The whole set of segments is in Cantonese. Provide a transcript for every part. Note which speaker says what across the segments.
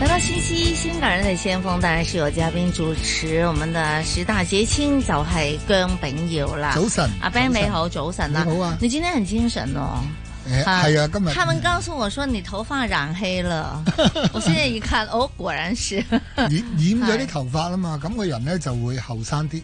Speaker 1: 来到星期一，新港人的先鋒當然是有嘉賓主持，我們的十大傑青就係姜炳耀啦。
Speaker 2: 早晨
Speaker 1: 啊阿 Ben 你好，早晨啦。
Speaker 2: 你好啊
Speaker 1: 你今天很精神哦。
Speaker 2: 誒係啊，今日
Speaker 1: 他們告訴我說你頭髮染 黑了，我現在一看，哦，果然是。
Speaker 2: 染染咗啲頭髮啊嘛，咁個人咧就會後生啲。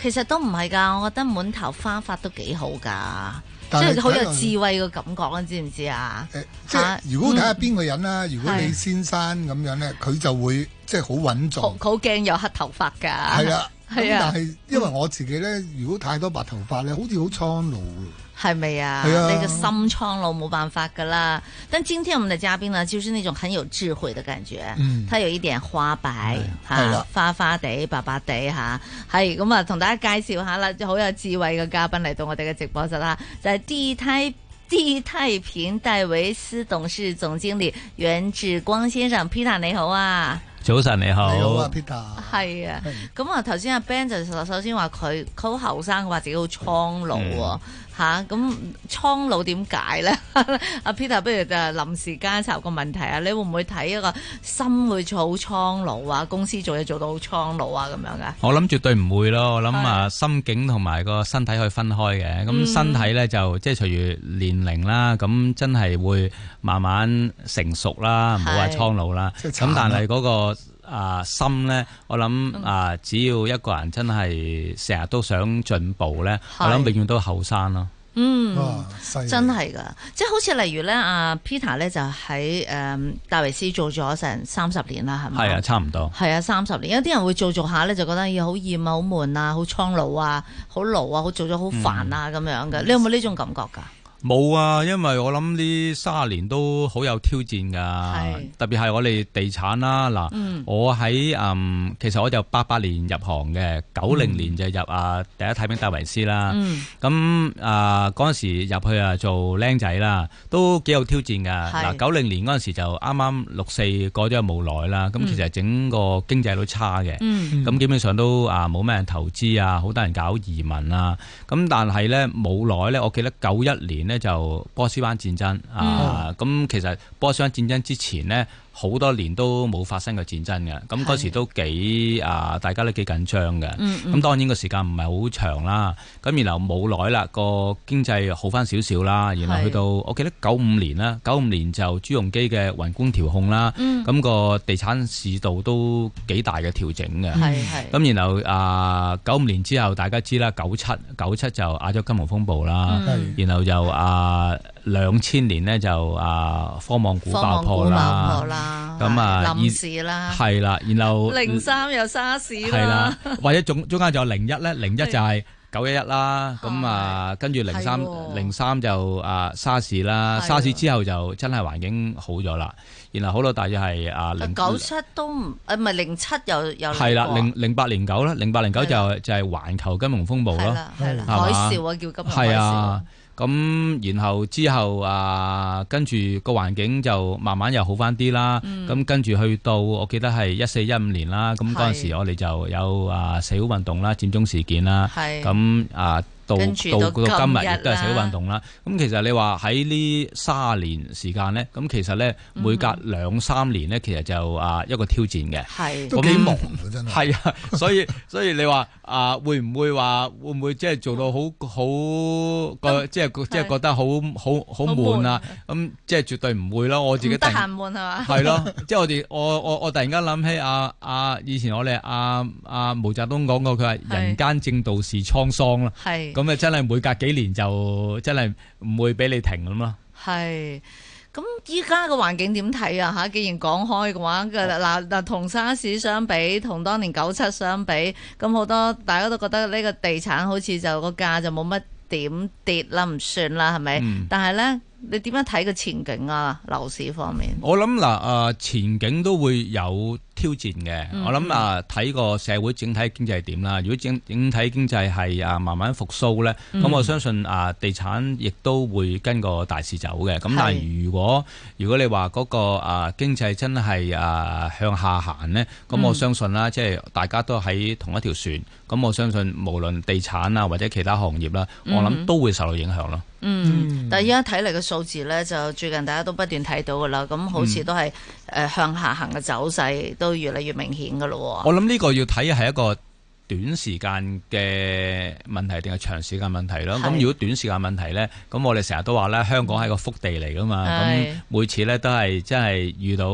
Speaker 1: 其實都唔係㗎，我覺得滿頭花髮都幾好㗎，即
Speaker 2: 但係
Speaker 1: 係好
Speaker 2: 睇
Speaker 1: 有
Speaker 2: 落
Speaker 1: 智慧嘅感覺啊，知唔知啊？
Speaker 2: 誒，即係如果睇下邊個人啦，如果你
Speaker 1: 係
Speaker 2: 先生咁樣咧，佢就會即係好穩
Speaker 1: 好
Speaker 2: 重。
Speaker 1: 好驚有黑頭髮㗎。
Speaker 2: 係啊，咁
Speaker 1: 係啊
Speaker 2: 但係因為我自己咧，如果太多白頭髮咧，好似好蒼老嘅。
Speaker 1: 係咪啊？
Speaker 2: 係啊
Speaker 1: 那个心苍老冇辦法噶啦。但今天我們的嘉賓呢，就是那種很有智慧的感覺，
Speaker 2: 嗯
Speaker 1: 他有一點花白吓、
Speaker 2: 係啦
Speaker 1: 花花地、白白地吓，係咁啊，同大家介紹下啦，好有智慧嘅嘉賓嚟到我哋嘅直播室啦，就係第一胎。第一太平戴維斯董事總經理袁志光先生，Peter 你好啊，
Speaker 3: 早晨你好，
Speaker 2: 你好啊，Peter。
Speaker 1: 係啊，
Speaker 2: 係
Speaker 1: 咁啊，頭先阿 Ben 就首首先話佢佢好後生，佢話自己好蒼老
Speaker 3: 嗯
Speaker 1: 喎吓咁蒼老點解咧？ 阿 Peter 不如就臨時加插個問題啊，你會唔會睇一個心會好蒼老啊？公司做嘢做到好蒼老啊咁樣噶？
Speaker 3: 我諗絕對唔會咯，我諗
Speaker 1: 係
Speaker 3: 啊心境同埋個身體可以分開嘅。
Speaker 1: 嗯
Speaker 3: 咁身體呢，就即係隨住年齡啦，咁真係會慢慢成熟啦，唔好話
Speaker 1: 係
Speaker 3: 蒼老啦。
Speaker 2: 即係
Speaker 3: 咁
Speaker 2: 殘
Speaker 3: 但
Speaker 2: 啦
Speaker 3: 係嗰個啊心呢，我諗啊只要一個人真係成日都想進步呢，我
Speaker 1: 係
Speaker 3: 諗永遠都後生咯。
Speaker 1: 嗯。
Speaker 2: 哇，犀利
Speaker 1: 真係噶，即係好似例如咧，阿 Peter 咧就喺誒、嗯戴維斯做咗成三十年啦，係咪？
Speaker 3: 係啊，差唔多。
Speaker 1: 係啊，三十年有啲人會做做下咧，就覺得咦好厭啊、好悶啊、好蒼老啊、好勞啊、好做咗好煩啊咁樣嘅。你有冇呢種感覺㗎？
Speaker 3: 冇啊，因為我諗呢卅年都好有挑戰噶
Speaker 1: 係，
Speaker 3: 特別係我哋地產啦。嗱，
Speaker 1: 嗯
Speaker 3: 我喺嗯，其實我就八八年入行嘅，九零年就入啊第一太平戴維斯啦。
Speaker 1: 嗯，
Speaker 3: 咁啊嗰陣時入去啊做僆仔啦，都幾有挑戰㗎。
Speaker 1: 係
Speaker 3: 嗱，九零年嗰陣時就啱啱六四過咗冇耐啦，咁其實整個經濟都差嘅。
Speaker 1: 嗯
Speaker 3: 咁基本上都啊冇咩人投資啊，好多人搞移民啊。咁但係呢，冇耐呢，我記得九一年呢就波斯灣戰爭啊。
Speaker 1: 嗯
Speaker 3: 咁、其實波斯灣戰爭之前呢，好多年都冇發生過戰爭嘅。咁嗰
Speaker 1: 係
Speaker 3: 時都幾啊，大家都幾緊張嘅。
Speaker 1: 嗯
Speaker 3: 咁當然個時間唔係好長啦，咁然後冇耐啦，個經濟好翻少少啦，然後去到我記得九五年啦，九五年就朱鎔基嘅宏觀調控啦，
Speaker 1: 嗯
Speaker 3: 咁、個地產市道都幾大嘅調整嘅。
Speaker 1: 係係
Speaker 3: 咁然後啊，九五年之後大家知啦，九七九七就亞洲金融風暴啦，
Speaker 1: 嗯
Speaker 3: 然後又啊兩千年呢就啊科網股
Speaker 1: 科
Speaker 3: 爆
Speaker 1: 網股
Speaker 3: 破
Speaker 1: 爆
Speaker 3: 啦
Speaker 1: 破，啦，
Speaker 3: 咁啊
Speaker 1: 係
Speaker 3: 二
Speaker 1: 臨時啦，
Speaker 3: 係啦，然後
Speaker 1: 零三又沙士
Speaker 3: 係
Speaker 1: 啦
Speaker 3: 啦，，或者中中間仲有零一咧，零一就係九一一啦，
Speaker 1: 係
Speaker 3: 咁啊跟住零三
Speaker 1: 係喎
Speaker 3: 零三就啊沙士啦，
Speaker 1: 係喎
Speaker 3: 沙士之後就真係環境好咗啦，然後好多大約係啊零
Speaker 1: 九七都唔誒唔係零七又又嚟
Speaker 3: 係啦，
Speaker 1: 過
Speaker 3: 零零八零九啦，零八零九
Speaker 1: 係啦
Speaker 3: 就就係環球金融風暴
Speaker 1: 係
Speaker 3: 咯。
Speaker 1: 啦係啦，
Speaker 3: 係嘛
Speaker 1: 海嘯啊叫金融海
Speaker 3: 係
Speaker 1: 嘯
Speaker 3: 啊，，咁然後之後啊，跟住個環境就慢慢又好翻啲啦。
Speaker 1: 嗯
Speaker 3: 咁、跟住去到我記得係一四一五年啦，咁嗰陣時
Speaker 1: 係
Speaker 3: 我哋就有啊社會運動啦、佔中事件啦，
Speaker 1: 係
Speaker 3: 咁啊。到
Speaker 1: 跟住到
Speaker 3: 到到今
Speaker 1: 今日
Speaker 3: 日
Speaker 1: 啦
Speaker 3: 亦都係社會運動啦。咁其實你話喺呢三年時間呢，咁其實呢，每
Speaker 1: 嗯
Speaker 3: 隔兩三年呢，其實就啊一個挑戰嘅。
Speaker 1: 係
Speaker 2: 都幾忙啊，真係。
Speaker 3: 係啊，所以所以你話啊，會唔會話會唔會即係做到好好個即係即係覺得好好好悶啊？咁即係絕對唔會咯，我自己
Speaker 1: 唔
Speaker 3: 突
Speaker 1: 得
Speaker 3: 然
Speaker 1: 閒悶係嘛？
Speaker 3: 係咯， 即係我哋我我我突然間諗起啊啊，以前我哋啊啊毛澤東講過，佢話
Speaker 1: 係
Speaker 3: 人間正道是滄桑啦。
Speaker 1: 係。
Speaker 3: 咁啊，真係每隔幾年就真係唔會俾你停咁咯。
Speaker 1: 係。咁依家嘅環境點睇啊？嚇，既然講開嘅話，嘅嗱嗱同沙士相比，同當年九七相比，咁好多大家都覺得呢個地產好似就個價就冇乜點跌啦，唔算啦，係咪？
Speaker 3: 嗯
Speaker 1: 但係呢，你點樣睇個前景啊？樓市方面，
Speaker 3: 我諗嗱，啊前景都會有挑戰嘅。我諗啊，睇個社會整體經濟係點啦。如果整整體經濟係啊慢慢復甦咧，咁我相信啊地產亦都會跟個大市走嘅。咁
Speaker 1: 係
Speaker 3: 但係如果如果你話嗰個啊經濟真係啊向下行咧，咁我相信啦，即係大家都喺同一條船，咁我相信無論地產啊或者其他行業啦，我諗都會受到影響咯。
Speaker 1: 嗯，但係依家睇嚟嘅數字咧，就最近大家都不斷睇到噶啦，咁好似都係誒向下行嘅走勢都越嚟越明顯噶咯喎。
Speaker 3: 我諗呢個要睇係一個短時間嘅問題定係長時間問題咯。
Speaker 1: 係
Speaker 3: 咁如果短時間問題呢，咁我哋成日都話咧，香港係個福地嚟噶嘛。
Speaker 1: 係
Speaker 3: 咁每次呢都係真係遇到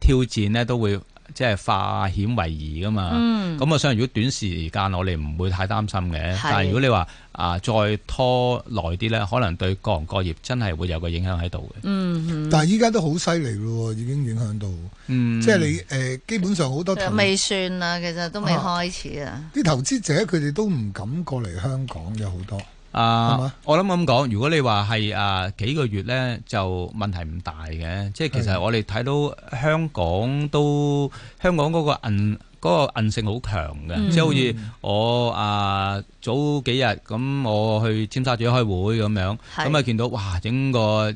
Speaker 3: 挑戰呢，都會即係化險為夷噶嘛。
Speaker 1: 嗯
Speaker 3: 咁我想如果短時間我哋唔會太擔心嘅
Speaker 1: 係，
Speaker 3: 但係如果你話啊再拖耐啲呢，可能對各行各業真係會有個影響喺度嘅。
Speaker 1: 嗯，
Speaker 2: 但係依家都好犀利咯喎，已經影響到，
Speaker 3: 嗯，
Speaker 2: 即係你誒、呃基本上好多投
Speaker 1: 嗯未算啦，其實都未
Speaker 2: 啊
Speaker 1: 開始啊。
Speaker 2: 啲投資者佢哋都唔敢過嚟香港，有好多。係嘛
Speaker 3: 啊，我諗咁講，如果你話係啊幾個月呢，就問題唔大嘅。即係其實
Speaker 2: 係
Speaker 3: 我哋睇到香港都香港嗰個韌嗰個韌性好強嘅，
Speaker 1: 嗯
Speaker 3: 即係好似我啊早幾日咁，我去尖沙咀開會咁樣，
Speaker 1: 係
Speaker 3: 咁啊見到哇整個啊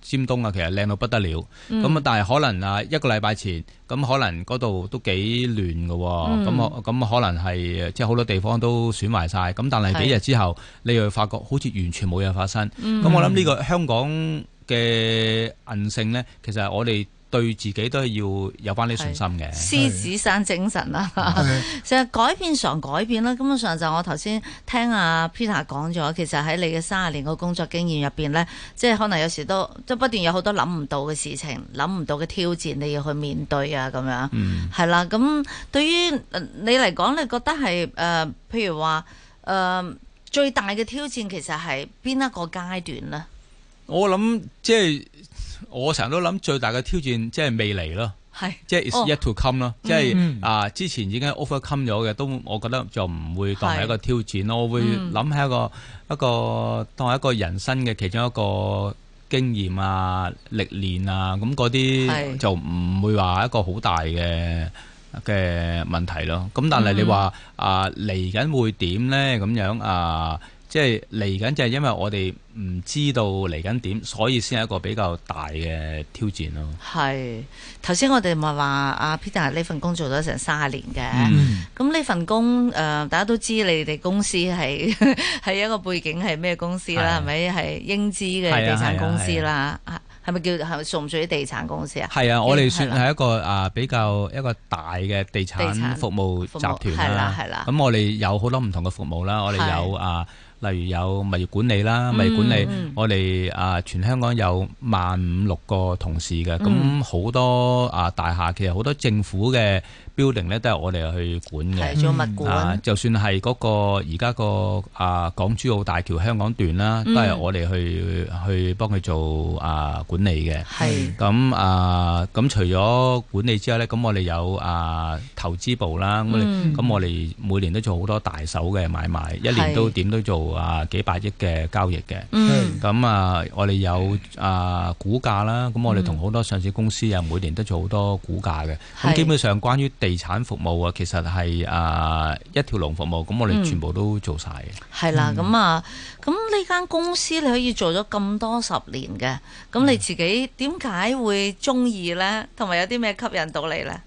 Speaker 3: 尖東啊，其實靚到不得了。咁啊，但係可能啊一個禮拜前，咁可能嗰度都幾亂嘅喎，
Speaker 1: 嗯
Speaker 3: 咁我哦咁可能係即係好多地方都損壞晒，咁但係幾
Speaker 1: 係
Speaker 3: 日之後，你又發覺好似完全冇嘢發生。咁、我諗呢個香港嘅韌性呢，其實我哋對自己都係要有翻啲信心嘅。
Speaker 1: 獅子山精神啦、
Speaker 2: 係
Speaker 1: 成日改變常改變啦，根本上就我頭先聽阿 Peter 講咗，其實喺你嘅三十年嘅工作經驗入邊呢，即係可能有時都都不斷有好多諗唔到嘅事情，諗唔到嘅挑戰，你要去面對啊咁樣。
Speaker 3: 嗯，
Speaker 1: 係啦，咁對於呃你嚟講，你覺得係誒、呃譬如話誒、呃最大嘅挑戰其實係邊一個階段呢？
Speaker 3: 我諗即係我成日都諗最大嘅挑戰即係未嚟咯。
Speaker 1: 係
Speaker 3: 即係 is
Speaker 1: 哦
Speaker 3: yet to come 咯，即係
Speaker 2: 嗯
Speaker 3: 啊之前已經 overcome 咗嘅，都我覺得就唔會當係一個挑戰咯，我會
Speaker 1: 嗯
Speaker 3: 諗係一個一個當係一個人生嘅其中一個經驗啊、歷練啊，咁嗰
Speaker 1: 係
Speaker 3: 啲就唔會話一個好大嘅。嘅問題咯，咁但
Speaker 1: 嗯
Speaker 3: 係你話啊嚟緊會點呢？咁樣啊，即係嚟緊就係因為我哋唔知道嚟緊點，所以先係一個比較大嘅挑戰咯。
Speaker 1: 係頭先我哋咪話阿 Peter 呢份工做咗成三十年嘅。
Speaker 3: 嗯
Speaker 1: 咁呢份工誒、呃大家都知你哋公司係 係一個背景係咩公司啦，
Speaker 3: 係啊
Speaker 1: 係咪係英資嘅
Speaker 3: 係
Speaker 1: 地
Speaker 3: 啊
Speaker 1: 產
Speaker 3: 係啊
Speaker 1: 公司啦？啊係咪叫係屬唔屬於地產公司啊？
Speaker 3: 係啊，我哋算
Speaker 1: 係啦
Speaker 3: 係一個啊比較一個大嘅地
Speaker 1: 地產
Speaker 3: 產服務集
Speaker 1: 服務係
Speaker 3: 團
Speaker 1: 啦
Speaker 3: 啦，
Speaker 1: 係啦
Speaker 3: 咁我哋有好多唔同嘅服務啦，我哋
Speaker 1: 係
Speaker 3: 有啊，例如有物業管理啦，物業管理
Speaker 1: 嗯嗯
Speaker 3: 我哋啊全香港有萬五六個同事嘅，
Speaker 1: 嗯
Speaker 3: 咁好多啊大廈其實好多政府嘅 building 咧都係我哋去管嘅
Speaker 1: 係。做物
Speaker 3: 啊
Speaker 1: 管，，
Speaker 3: 就算係嗰個而家個啊港珠澳大橋香港段啦，都
Speaker 1: 嗯
Speaker 3: 係我哋去去幫佢做啊管理嘅。
Speaker 1: 係
Speaker 3: 咁啊，咁除咗管理之外呢，咁我哋有啊投資部啦，咁我哋
Speaker 1: 嗯
Speaker 3: 咁我哋每年都做好多大手嘅買賣，一
Speaker 1: 係
Speaker 3: 年都點都做啊幾百億嘅交易嘅。
Speaker 1: 嗯
Speaker 3: 咁啊，我哋有啊股價啦，咁我哋
Speaker 1: 嗯
Speaker 3: 同好多上市公司啊，每年都做好多股價嘅。
Speaker 1: 係
Speaker 3: 咁基本上關於地產服務啊，其實係啊一條龍服務，咁我
Speaker 1: 嗯
Speaker 3: 哋全部都做晒嘅。
Speaker 1: 係啦，咁啊，咁呢間公司你可以做咗咁多十年嘅，
Speaker 3: 嗯
Speaker 1: 咁你自己點解會中意呢？同埋有啲咩吸引到你
Speaker 3: 啊
Speaker 1: 呢？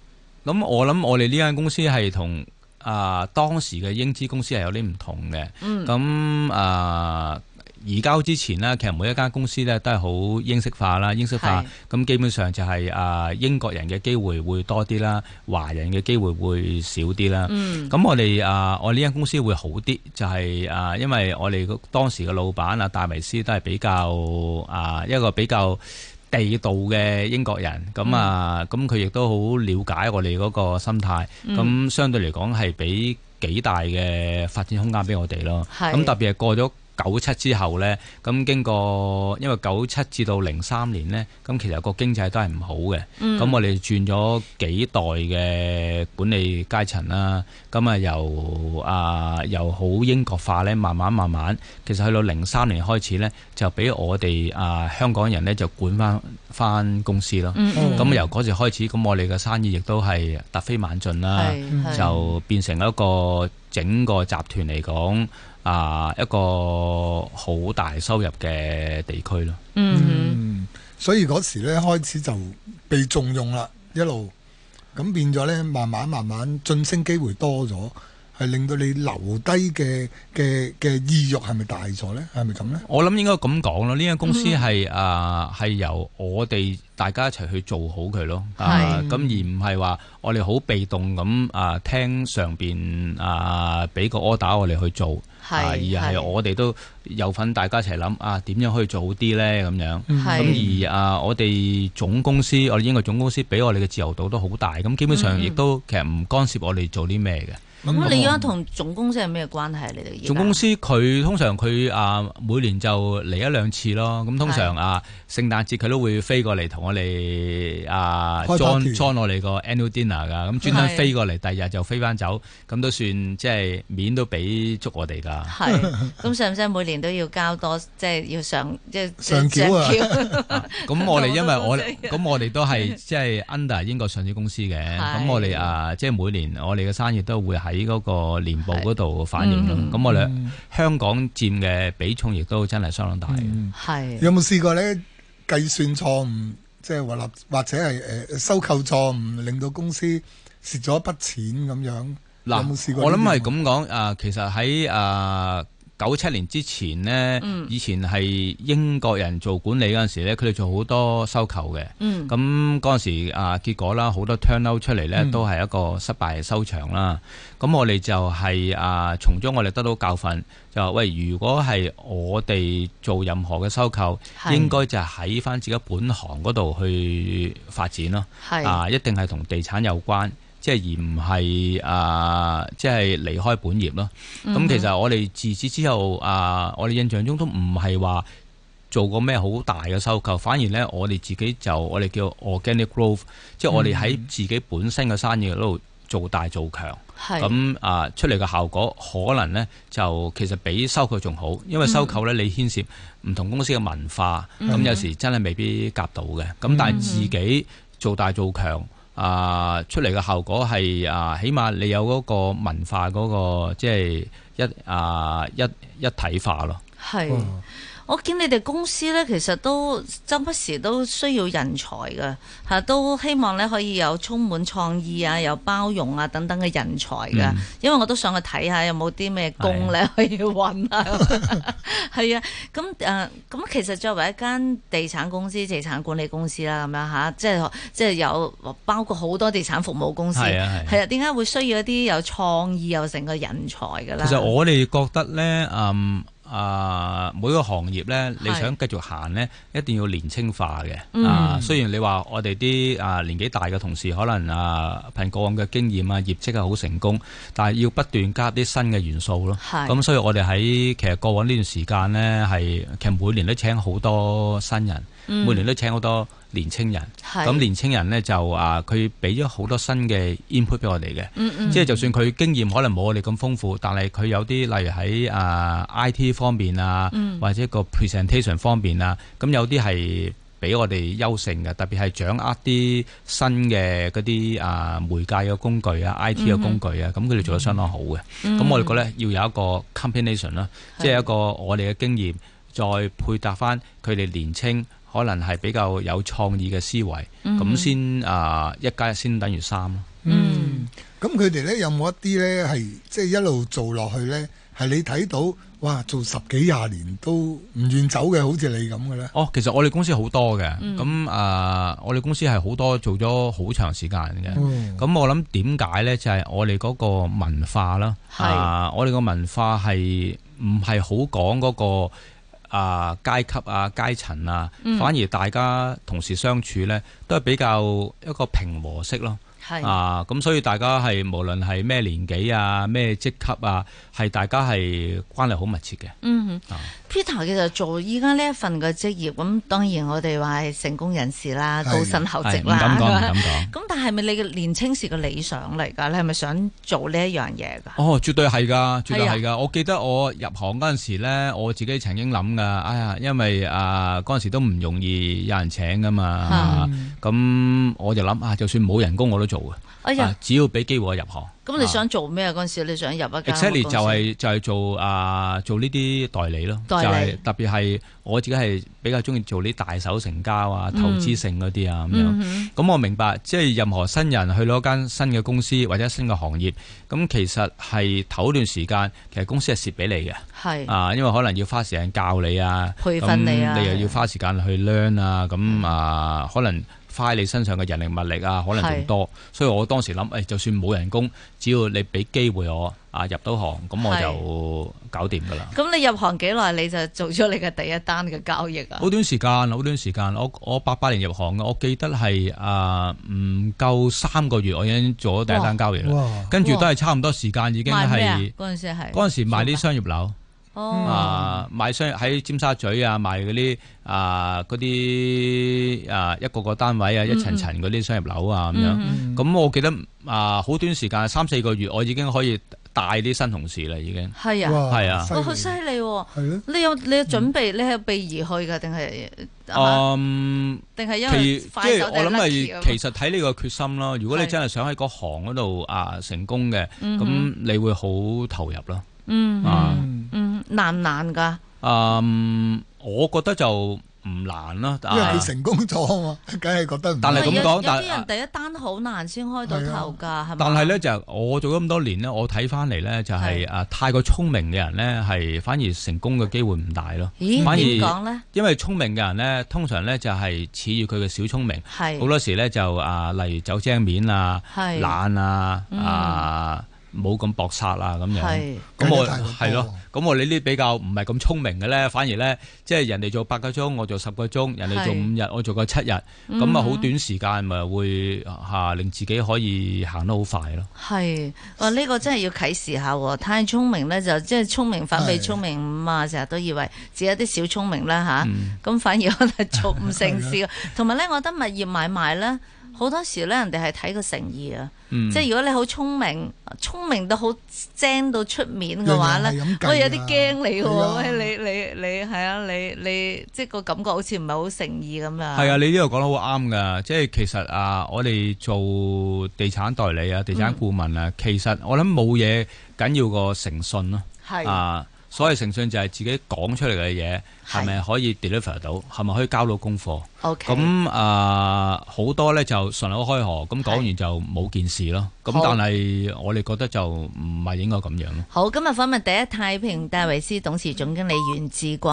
Speaker 3: 咁我諗我哋呢間公司係同啊當時嘅英資公司係有啲唔同嘅。
Speaker 1: 嗯
Speaker 3: 咁啊移交之前呢，其實每一間公司呢都係好英式化啦，英式化咁基本上就係、啊英國人嘅機會會多啲啦，華人嘅機會會少啲啦。
Speaker 1: 嗯
Speaker 3: 咁我哋啊，我呢間公司會好啲，就係、啊，因為我哋個當時嘅老闆啊，戴維斯都係比較啊一個比較地道嘅英國人，咁
Speaker 1: 嗯
Speaker 3: 啊，咁佢亦都好了解我哋嗰個心態，咁、相對嚟講係俾幾大嘅發展空間俾我哋咯。
Speaker 1: 係
Speaker 3: 咁特別係過咗九七之後呢，咁經過因為九七至到零三年呢，咁其實個經濟都係唔好嘅。咁、
Speaker 1: 嗯
Speaker 3: 我哋轉咗幾代嘅管理階層啦，咁啊由啊由好英國化呢，慢慢慢慢，其實去到零三年開始呢，就俾我哋啊香港人呢就管翻翻公司咯。
Speaker 1: 嗯嗯，
Speaker 3: 咁、由嗰時開始，咁我哋嘅生意亦都係突飛猛進啦。
Speaker 1: 係係
Speaker 3: 就變成一個整個集團嚟講啊一個好大收入嘅地區咯。
Speaker 1: 嗯
Speaker 2: 嗯，所以嗰時咧開始就被重用啦，一路咁變咗咧，慢慢慢慢晉升機會多咗，係令到你留低嘅嘅嘅意欲係咪大咗咧？係咪咁咧？
Speaker 3: 我諗應該咁講咯，呢間公司
Speaker 1: 嗯
Speaker 3: 係啊係由我哋大家一齊去做好佢咯，啊
Speaker 1: 係
Speaker 3: 咁而唔係話我哋好被動咁啊聽上邊啊俾個 order 我哋去做，啊而
Speaker 1: 係
Speaker 3: 係我哋都有份大家一齊諗啊點樣可以做好啲呢？咁樣。
Speaker 2: 嗯
Speaker 1: 係
Speaker 3: 咁而啊，我哋總公司，我哋英國總公司俾我哋嘅自由度都好大，咁基
Speaker 1: 嗯
Speaker 3: 本上亦都其實唔干涉我哋做啲咩嘅。
Speaker 1: 咁你而家同總公司係咩關係？你哋而家
Speaker 3: 嗯總公司佢通常佢啊每年就嚟一兩次咯，咁通常啊聖誕節佢都會飛過嚟同我哋啊
Speaker 2: 開 party
Speaker 3: join join 我哋個 annual dinner 噶，咁專登
Speaker 1: 係
Speaker 3: 飛過嚟，第二日就飛翻走，咁都算即係面都俾足我 哋㗎。
Speaker 1: 係咁使唔使每年都要交多，即係要上即係
Speaker 2: 上繳啊
Speaker 1: 啊？
Speaker 3: 咁我哋因為我
Speaker 1: 咁我都
Speaker 3: 咁我哋都係即係 under 英國上市公司嘅，
Speaker 1: 係
Speaker 3: 咁我哋啊即係每年我哋嘅生意都會喺嗰個年報嗰度反映咯
Speaker 1: 係嗯。
Speaker 3: 咁我啊哋香港佔嘅比重亦都真係相當大嘅。
Speaker 1: 係
Speaker 2: 嗯 有冇試過咧計算錯誤，即係或立或者係誒、呃收購錯誤，令到公司蝕咗一筆錢咁樣？有冇試
Speaker 3: 嗱，
Speaker 2: 過
Speaker 3: 我
Speaker 2: 呢
Speaker 3: 諗
Speaker 2: 啲情
Speaker 3: 係
Speaker 2: 況
Speaker 3: 咁講啊，其實喺啊九七年之前呢，
Speaker 2: 嗯
Speaker 3: 以前係英國人做管理嗰陣時咧，佢哋做好多收購嘅。
Speaker 1: 嗯
Speaker 3: 咁嗰陣時啊，結果啦，好多 turnout 出嚟呢，
Speaker 2: 嗯
Speaker 3: 都係一個失敗嘅收場啦。咁我哋就係、啊，從中我哋得到教訓，就話喂，如果係我哋做任何嘅收購，
Speaker 1: 係
Speaker 3: 應該就係喺翻自己本行嗰度去發展咯。
Speaker 1: 係
Speaker 3: 啊，一定係同地產有關，即係而唔係啊，即係離開本業咯。
Speaker 1: 嗯
Speaker 3: 咁、其實我哋自此之後啊，我哋印象中都唔係話做過咩好大嘅收購，反而呢，我哋自己就我哋叫 organic growth，即係我哋喺自己本身嘅生意嗰度做大做強。
Speaker 1: 係
Speaker 3: 咁啊出嚟嘅效果可能呢，就其實比收購仲好，因為收購呢，你牽涉唔同公司嘅文化，
Speaker 1: 嗯
Speaker 3: 咁、有時真係未必夾到嘅。咁、但係自己做大做強。啊！出嚟嘅效果係啊，起碼你有嗰個文化嗰、個即係一啊一一體化咯。
Speaker 1: 係。
Speaker 2: 嗯
Speaker 1: 我見你哋公司咧，其實都周不時都需要人才嘅嚇，都希望咧可以有充滿創意啊、有包容啊等等嘅人才嘅。
Speaker 3: 嗯
Speaker 1: 因為我都想去睇下有冇啲咩工 咧可以揾啊。 係啊，咁誒，呃咁、其實作為一間地產公司、地產管理公司啦，咁樣嚇，即係即係有包括好多地產服務公司。
Speaker 3: 係啊，係啊。
Speaker 1: 係啊，點解會需要一啲有創意又成個人才嘅啦？
Speaker 3: 其實我哋覺得呢，嗯啊，每個行業呢，你
Speaker 1: 係
Speaker 3: 想繼續行呢，一定要年青化嘅。
Speaker 1: 嗯
Speaker 3: 啊，雖然你話我哋啲啊年紀大嘅同事可能啊憑過往嘅經驗啊業績係好成功，但係要不斷加入啲新嘅元素咯。
Speaker 1: 係
Speaker 3: 咁所以我哋喺其實過往呢段時間呢，係其實每年都請好多新人，每年都請好多年青人。
Speaker 1: 嗯係
Speaker 3: 咁年青人呢，就啊，佢俾咗好多新嘅 input 俾我哋嘅。
Speaker 1: 嗯嗯
Speaker 3: 即係就算佢經驗可能冇我哋咁豐富，但係佢有啲例如喺啊 IT 方面啊，
Speaker 1: 嗯
Speaker 3: 或者個 presentation 方面啊，咁有啲係比我哋優勝嘅，特別係掌握啲新嘅嗰啲啊媒介嘅工具啊、IT
Speaker 1: 嗯
Speaker 3: 嘅工具啊，咁佢哋做得相當好嘅。咁、我哋覺得要有一個 combination 啦，
Speaker 1: 係
Speaker 3: 即係一個我哋嘅經驗，再配搭翻佢哋年青。可能係比較有創意嘅思維，
Speaker 1: 嗯
Speaker 3: 咁先啊一加一先等於三咯。
Speaker 2: 嗯，咁佢哋咧有冇一啲咧係即係一路做落去咧，係你睇到哇做十幾廿年都唔願走嘅，好似你咁嘅咧？
Speaker 3: 哦，其實我哋公司好多嘅，
Speaker 1: 嗯
Speaker 3: 咁啊、我哋公司係好多做咗好長時間嘅。
Speaker 2: 嗯
Speaker 3: 咁我諗點解呢？就係、我哋嗰個文化啦，
Speaker 1: 係
Speaker 3: 啊，我哋個文化係唔係好講嗰、個啊階級啊階層
Speaker 1: 嗯
Speaker 3: 啊，反而大家同時相處呢，都係比較一個平和式咯。
Speaker 1: 係
Speaker 3: 啊，咁所以大家係無論係咩年紀啊、咩職級啊，係大家係關係好密切嘅。
Speaker 1: 嗯
Speaker 3: 啊
Speaker 1: ，Peter 其實做依家呢一份嘅職業，咁當然我哋話係成功人士啦，
Speaker 2: 係
Speaker 1: 高薪厚
Speaker 3: 係
Speaker 1: 職
Speaker 3: 唔
Speaker 1: 啦。
Speaker 3: 敢講，唔敢講。
Speaker 1: 咁但係咪你嘅年青時嘅理想嚟㗎？你係咪想做呢一樣嘢㗎？
Speaker 3: 哦，絕對係噶，絕對
Speaker 1: 係啊
Speaker 3: 係噶。我記得我入行嗰陣時咧，我自己曾經諗噶，哎呀，因為啊嗰陣時都唔容易有人請噶嘛，咁我就諗啊，就算冇人工我都做嘅，
Speaker 1: 哎
Speaker 3: 啊
Speaker 1: 呀，
Speaker 3: 只要俾機會我入行。
Speaker 1: 咁你想做咩啊？嗰陣時你想入一間
Speaker 3: exactly
Speaker 1: 公
Speaker 3: 就
Speaker 1: 司
Speaker 3: 係、就係、做啊、做呢啲代理咯，
Speaker 1: 代理
Speaker 3: 就係特別係我自己係比較中意做啲大手成交啊、
Speaker 1: 嗯
Speaker 3: 投資性嗰啲啊咁樣。
Speaker 1: 嗯哼
Speaker 3: 咁我明白，即係任何新人去到一間新嘅公司或者新嘅行業，咁其實係頭一段時間，其實公司係蝕俾你嘅，
Speaker 1: 係
Speaker 3: 啊，因為可能要花時間教你啊，
Speaker 1: 培訓你啊嗯
Speaker 3: 咁又要花時間去 learn 啊，咁啊，可能花你身上嘅人力物力啊，可能仲多，所以我當時諗，誒，就算冇人工，只要你俾機會我啊入到行，咁我就搞掂㗎啦。
Speaker 1: 咁你入行幾耐你就做咗你嘅第一單嘅交易啊？
Speaker 3: 好短時間，好短時間。我我八八年入行嘅，我記得係啊唔夠三個月，我已經做咗第一單交易啦。
Speaker 2: 哇！
Speaker 3: 跟住都係差唔多時間，已經
Speaker 1: 賣咩啊
Speaker 3: 係？
Speaker 1: 嗰陣時係
Speaker 3: 嗰陣時賣啲商業樓
Speaker 1: 哦，
Speaker 3: 啊，賣商喺尖沙咀啊，賣嗰啲啊嗰啲啊一個個單位啊，一層層嗰啲商業樓啊咁樣。
Speaker 1: 嗯
Speaker 2: 嗯
Speaker 3: 咁我記得啊，好短時間，三四個月，我已經可以帶啲新同事啦，已經。
Speaker 1: 係啊，
Speaker 2: 哇
Speaker 3: 係啊
Speaker 1: 哇，好犀利喎！
Speaker 2: 係咯，
Speaker 1: 你有你有準備，你係避而去㗎，定係啊
Speaker 3: 嗯。
Speaker 1: 定係因
Speaker 3: 其
Speaker 1: 為
Speaker 3: 即
Speaker 1: 快
Speaker 3: 係
Speaker 1: 手
Speaker 3: 我諗係
Speaker 1: 係啊
Speaker 3: 其實睇你個決心咯。如果你
Speaker 1: 係
Speaker 3: 真係想喺嗰行嗰度啊成功嘅，
Speaker 1: 嗯
Speaker 3: 咁
Speaker 1: 哼
Speaker 3: 你會好投入咯。
Speaker 1: 嗯
Speaker 3: 啊
Speaker 2: 嗯
Speaker 1: 嗯難唔難㗎？
Speaker 3: 嗯，我覺得就唔難啊
Speaker 2: 因為
Speaker 3: 啦，但
Speaker 2: 佢
Speaker 3: 係
Speaker 2: 成功咗啊嘛， 梗係覺得唔
Speaker 3: 但係
Speaker 2: 難
Speaker 3: 咁
Speaker 1: 有
Speaker 3: 講
Speaker 1: 有
Speaker 3: 但
Speaker 1: 啲人第一單好難先開到頭㗎，係咪？
Speaker 3: 但係咧就我做咗咁多年咧，我睇翻嚟咧就係
Speaker 1: 係
Speaker 3: 啊太過聰明嘅人咧係反而成功嘅機會唔大咯。
Speaker 1: 咦
Speaker 3: 反而
Speaker 1: 點講咧？
Speaker 3: 因為聰明嘅人咧通常咧就係恃於佢嘅小聰明，好
Speaker 1: 係
Speaker 3: 多時咧就啊例如走精面啊、
Speaker 1: 係
Speaker 3: 懶啊、
Speaker 1: 嗯
Speaker 3: 啊冇咁搏殺啊咁樣。
Speaker 1: 係
Speaker 3: 咁我
Speaker 2: 計得太多
Speaker 3: 係咯，咁我哋呢啲比較唔係咁聰明嘅咧，反而咧，即係人哋做八個鐘，我做十個鐘，人哋做五日，我做個七日，咁
Speaker 1: 嗯
Speaker 3: 啊好短時間咪會嚇令自己可以行得好快咯。
Speaker 1: 係，哇！呢、個真係要啟示下喎。太聰明咧，就即係聰明反被
Speaker 2: 係
Speaker 1: 聰明誤啊！成日都以為自己有啲小聰明啦吓，
Speaker 3: 嗯
Speaker 1: 咁、反而可能做唔成事。同埋咧，我覺得物業買賣咧，好多時咧人哋係睇個誠意啊。
Speaker 3: 嗯
Speaker 1: 即係如果你好聰明，聰明到好精到出面嘅話
Speaker 2: 樣
Speaker 1: 咧
Speaker 2: 樣係咁，計啊
Speaker 1: 我有啲驚你
Speaker 2: 係啊
Speaker 1: 喎。喂，你你你係啊，你你即係個感覺好似唔係好誠意咁樣。
Speaker 3: 係啊，你呢度講得好啱噶，即係其實啊，我哋做地產代理啊、地產顧問
Speaker 1: 嗯
Speaker 3: 啊，其實我諗冇嘢緊要過誠信咯。
Speaker 1: 係，
Speaker 3: 啊，所謂誠信就係自己講出嚟嘅嘢係咪可以 deliver 到，係咪可以交到功課。
Speaker 1: OK，
Speaker 3: 咁啊，好、多咧就順口開河，咁講
Speaker 1: 係
Speaker 3: 完就冇件事咯。咁
Speaker 1: 好
Speaker 3: 但係我哋覺得就唔係應該咁樣咯。
Speaker 1: 好，今日訪問第一太平戴維斯董事總經理袁志光。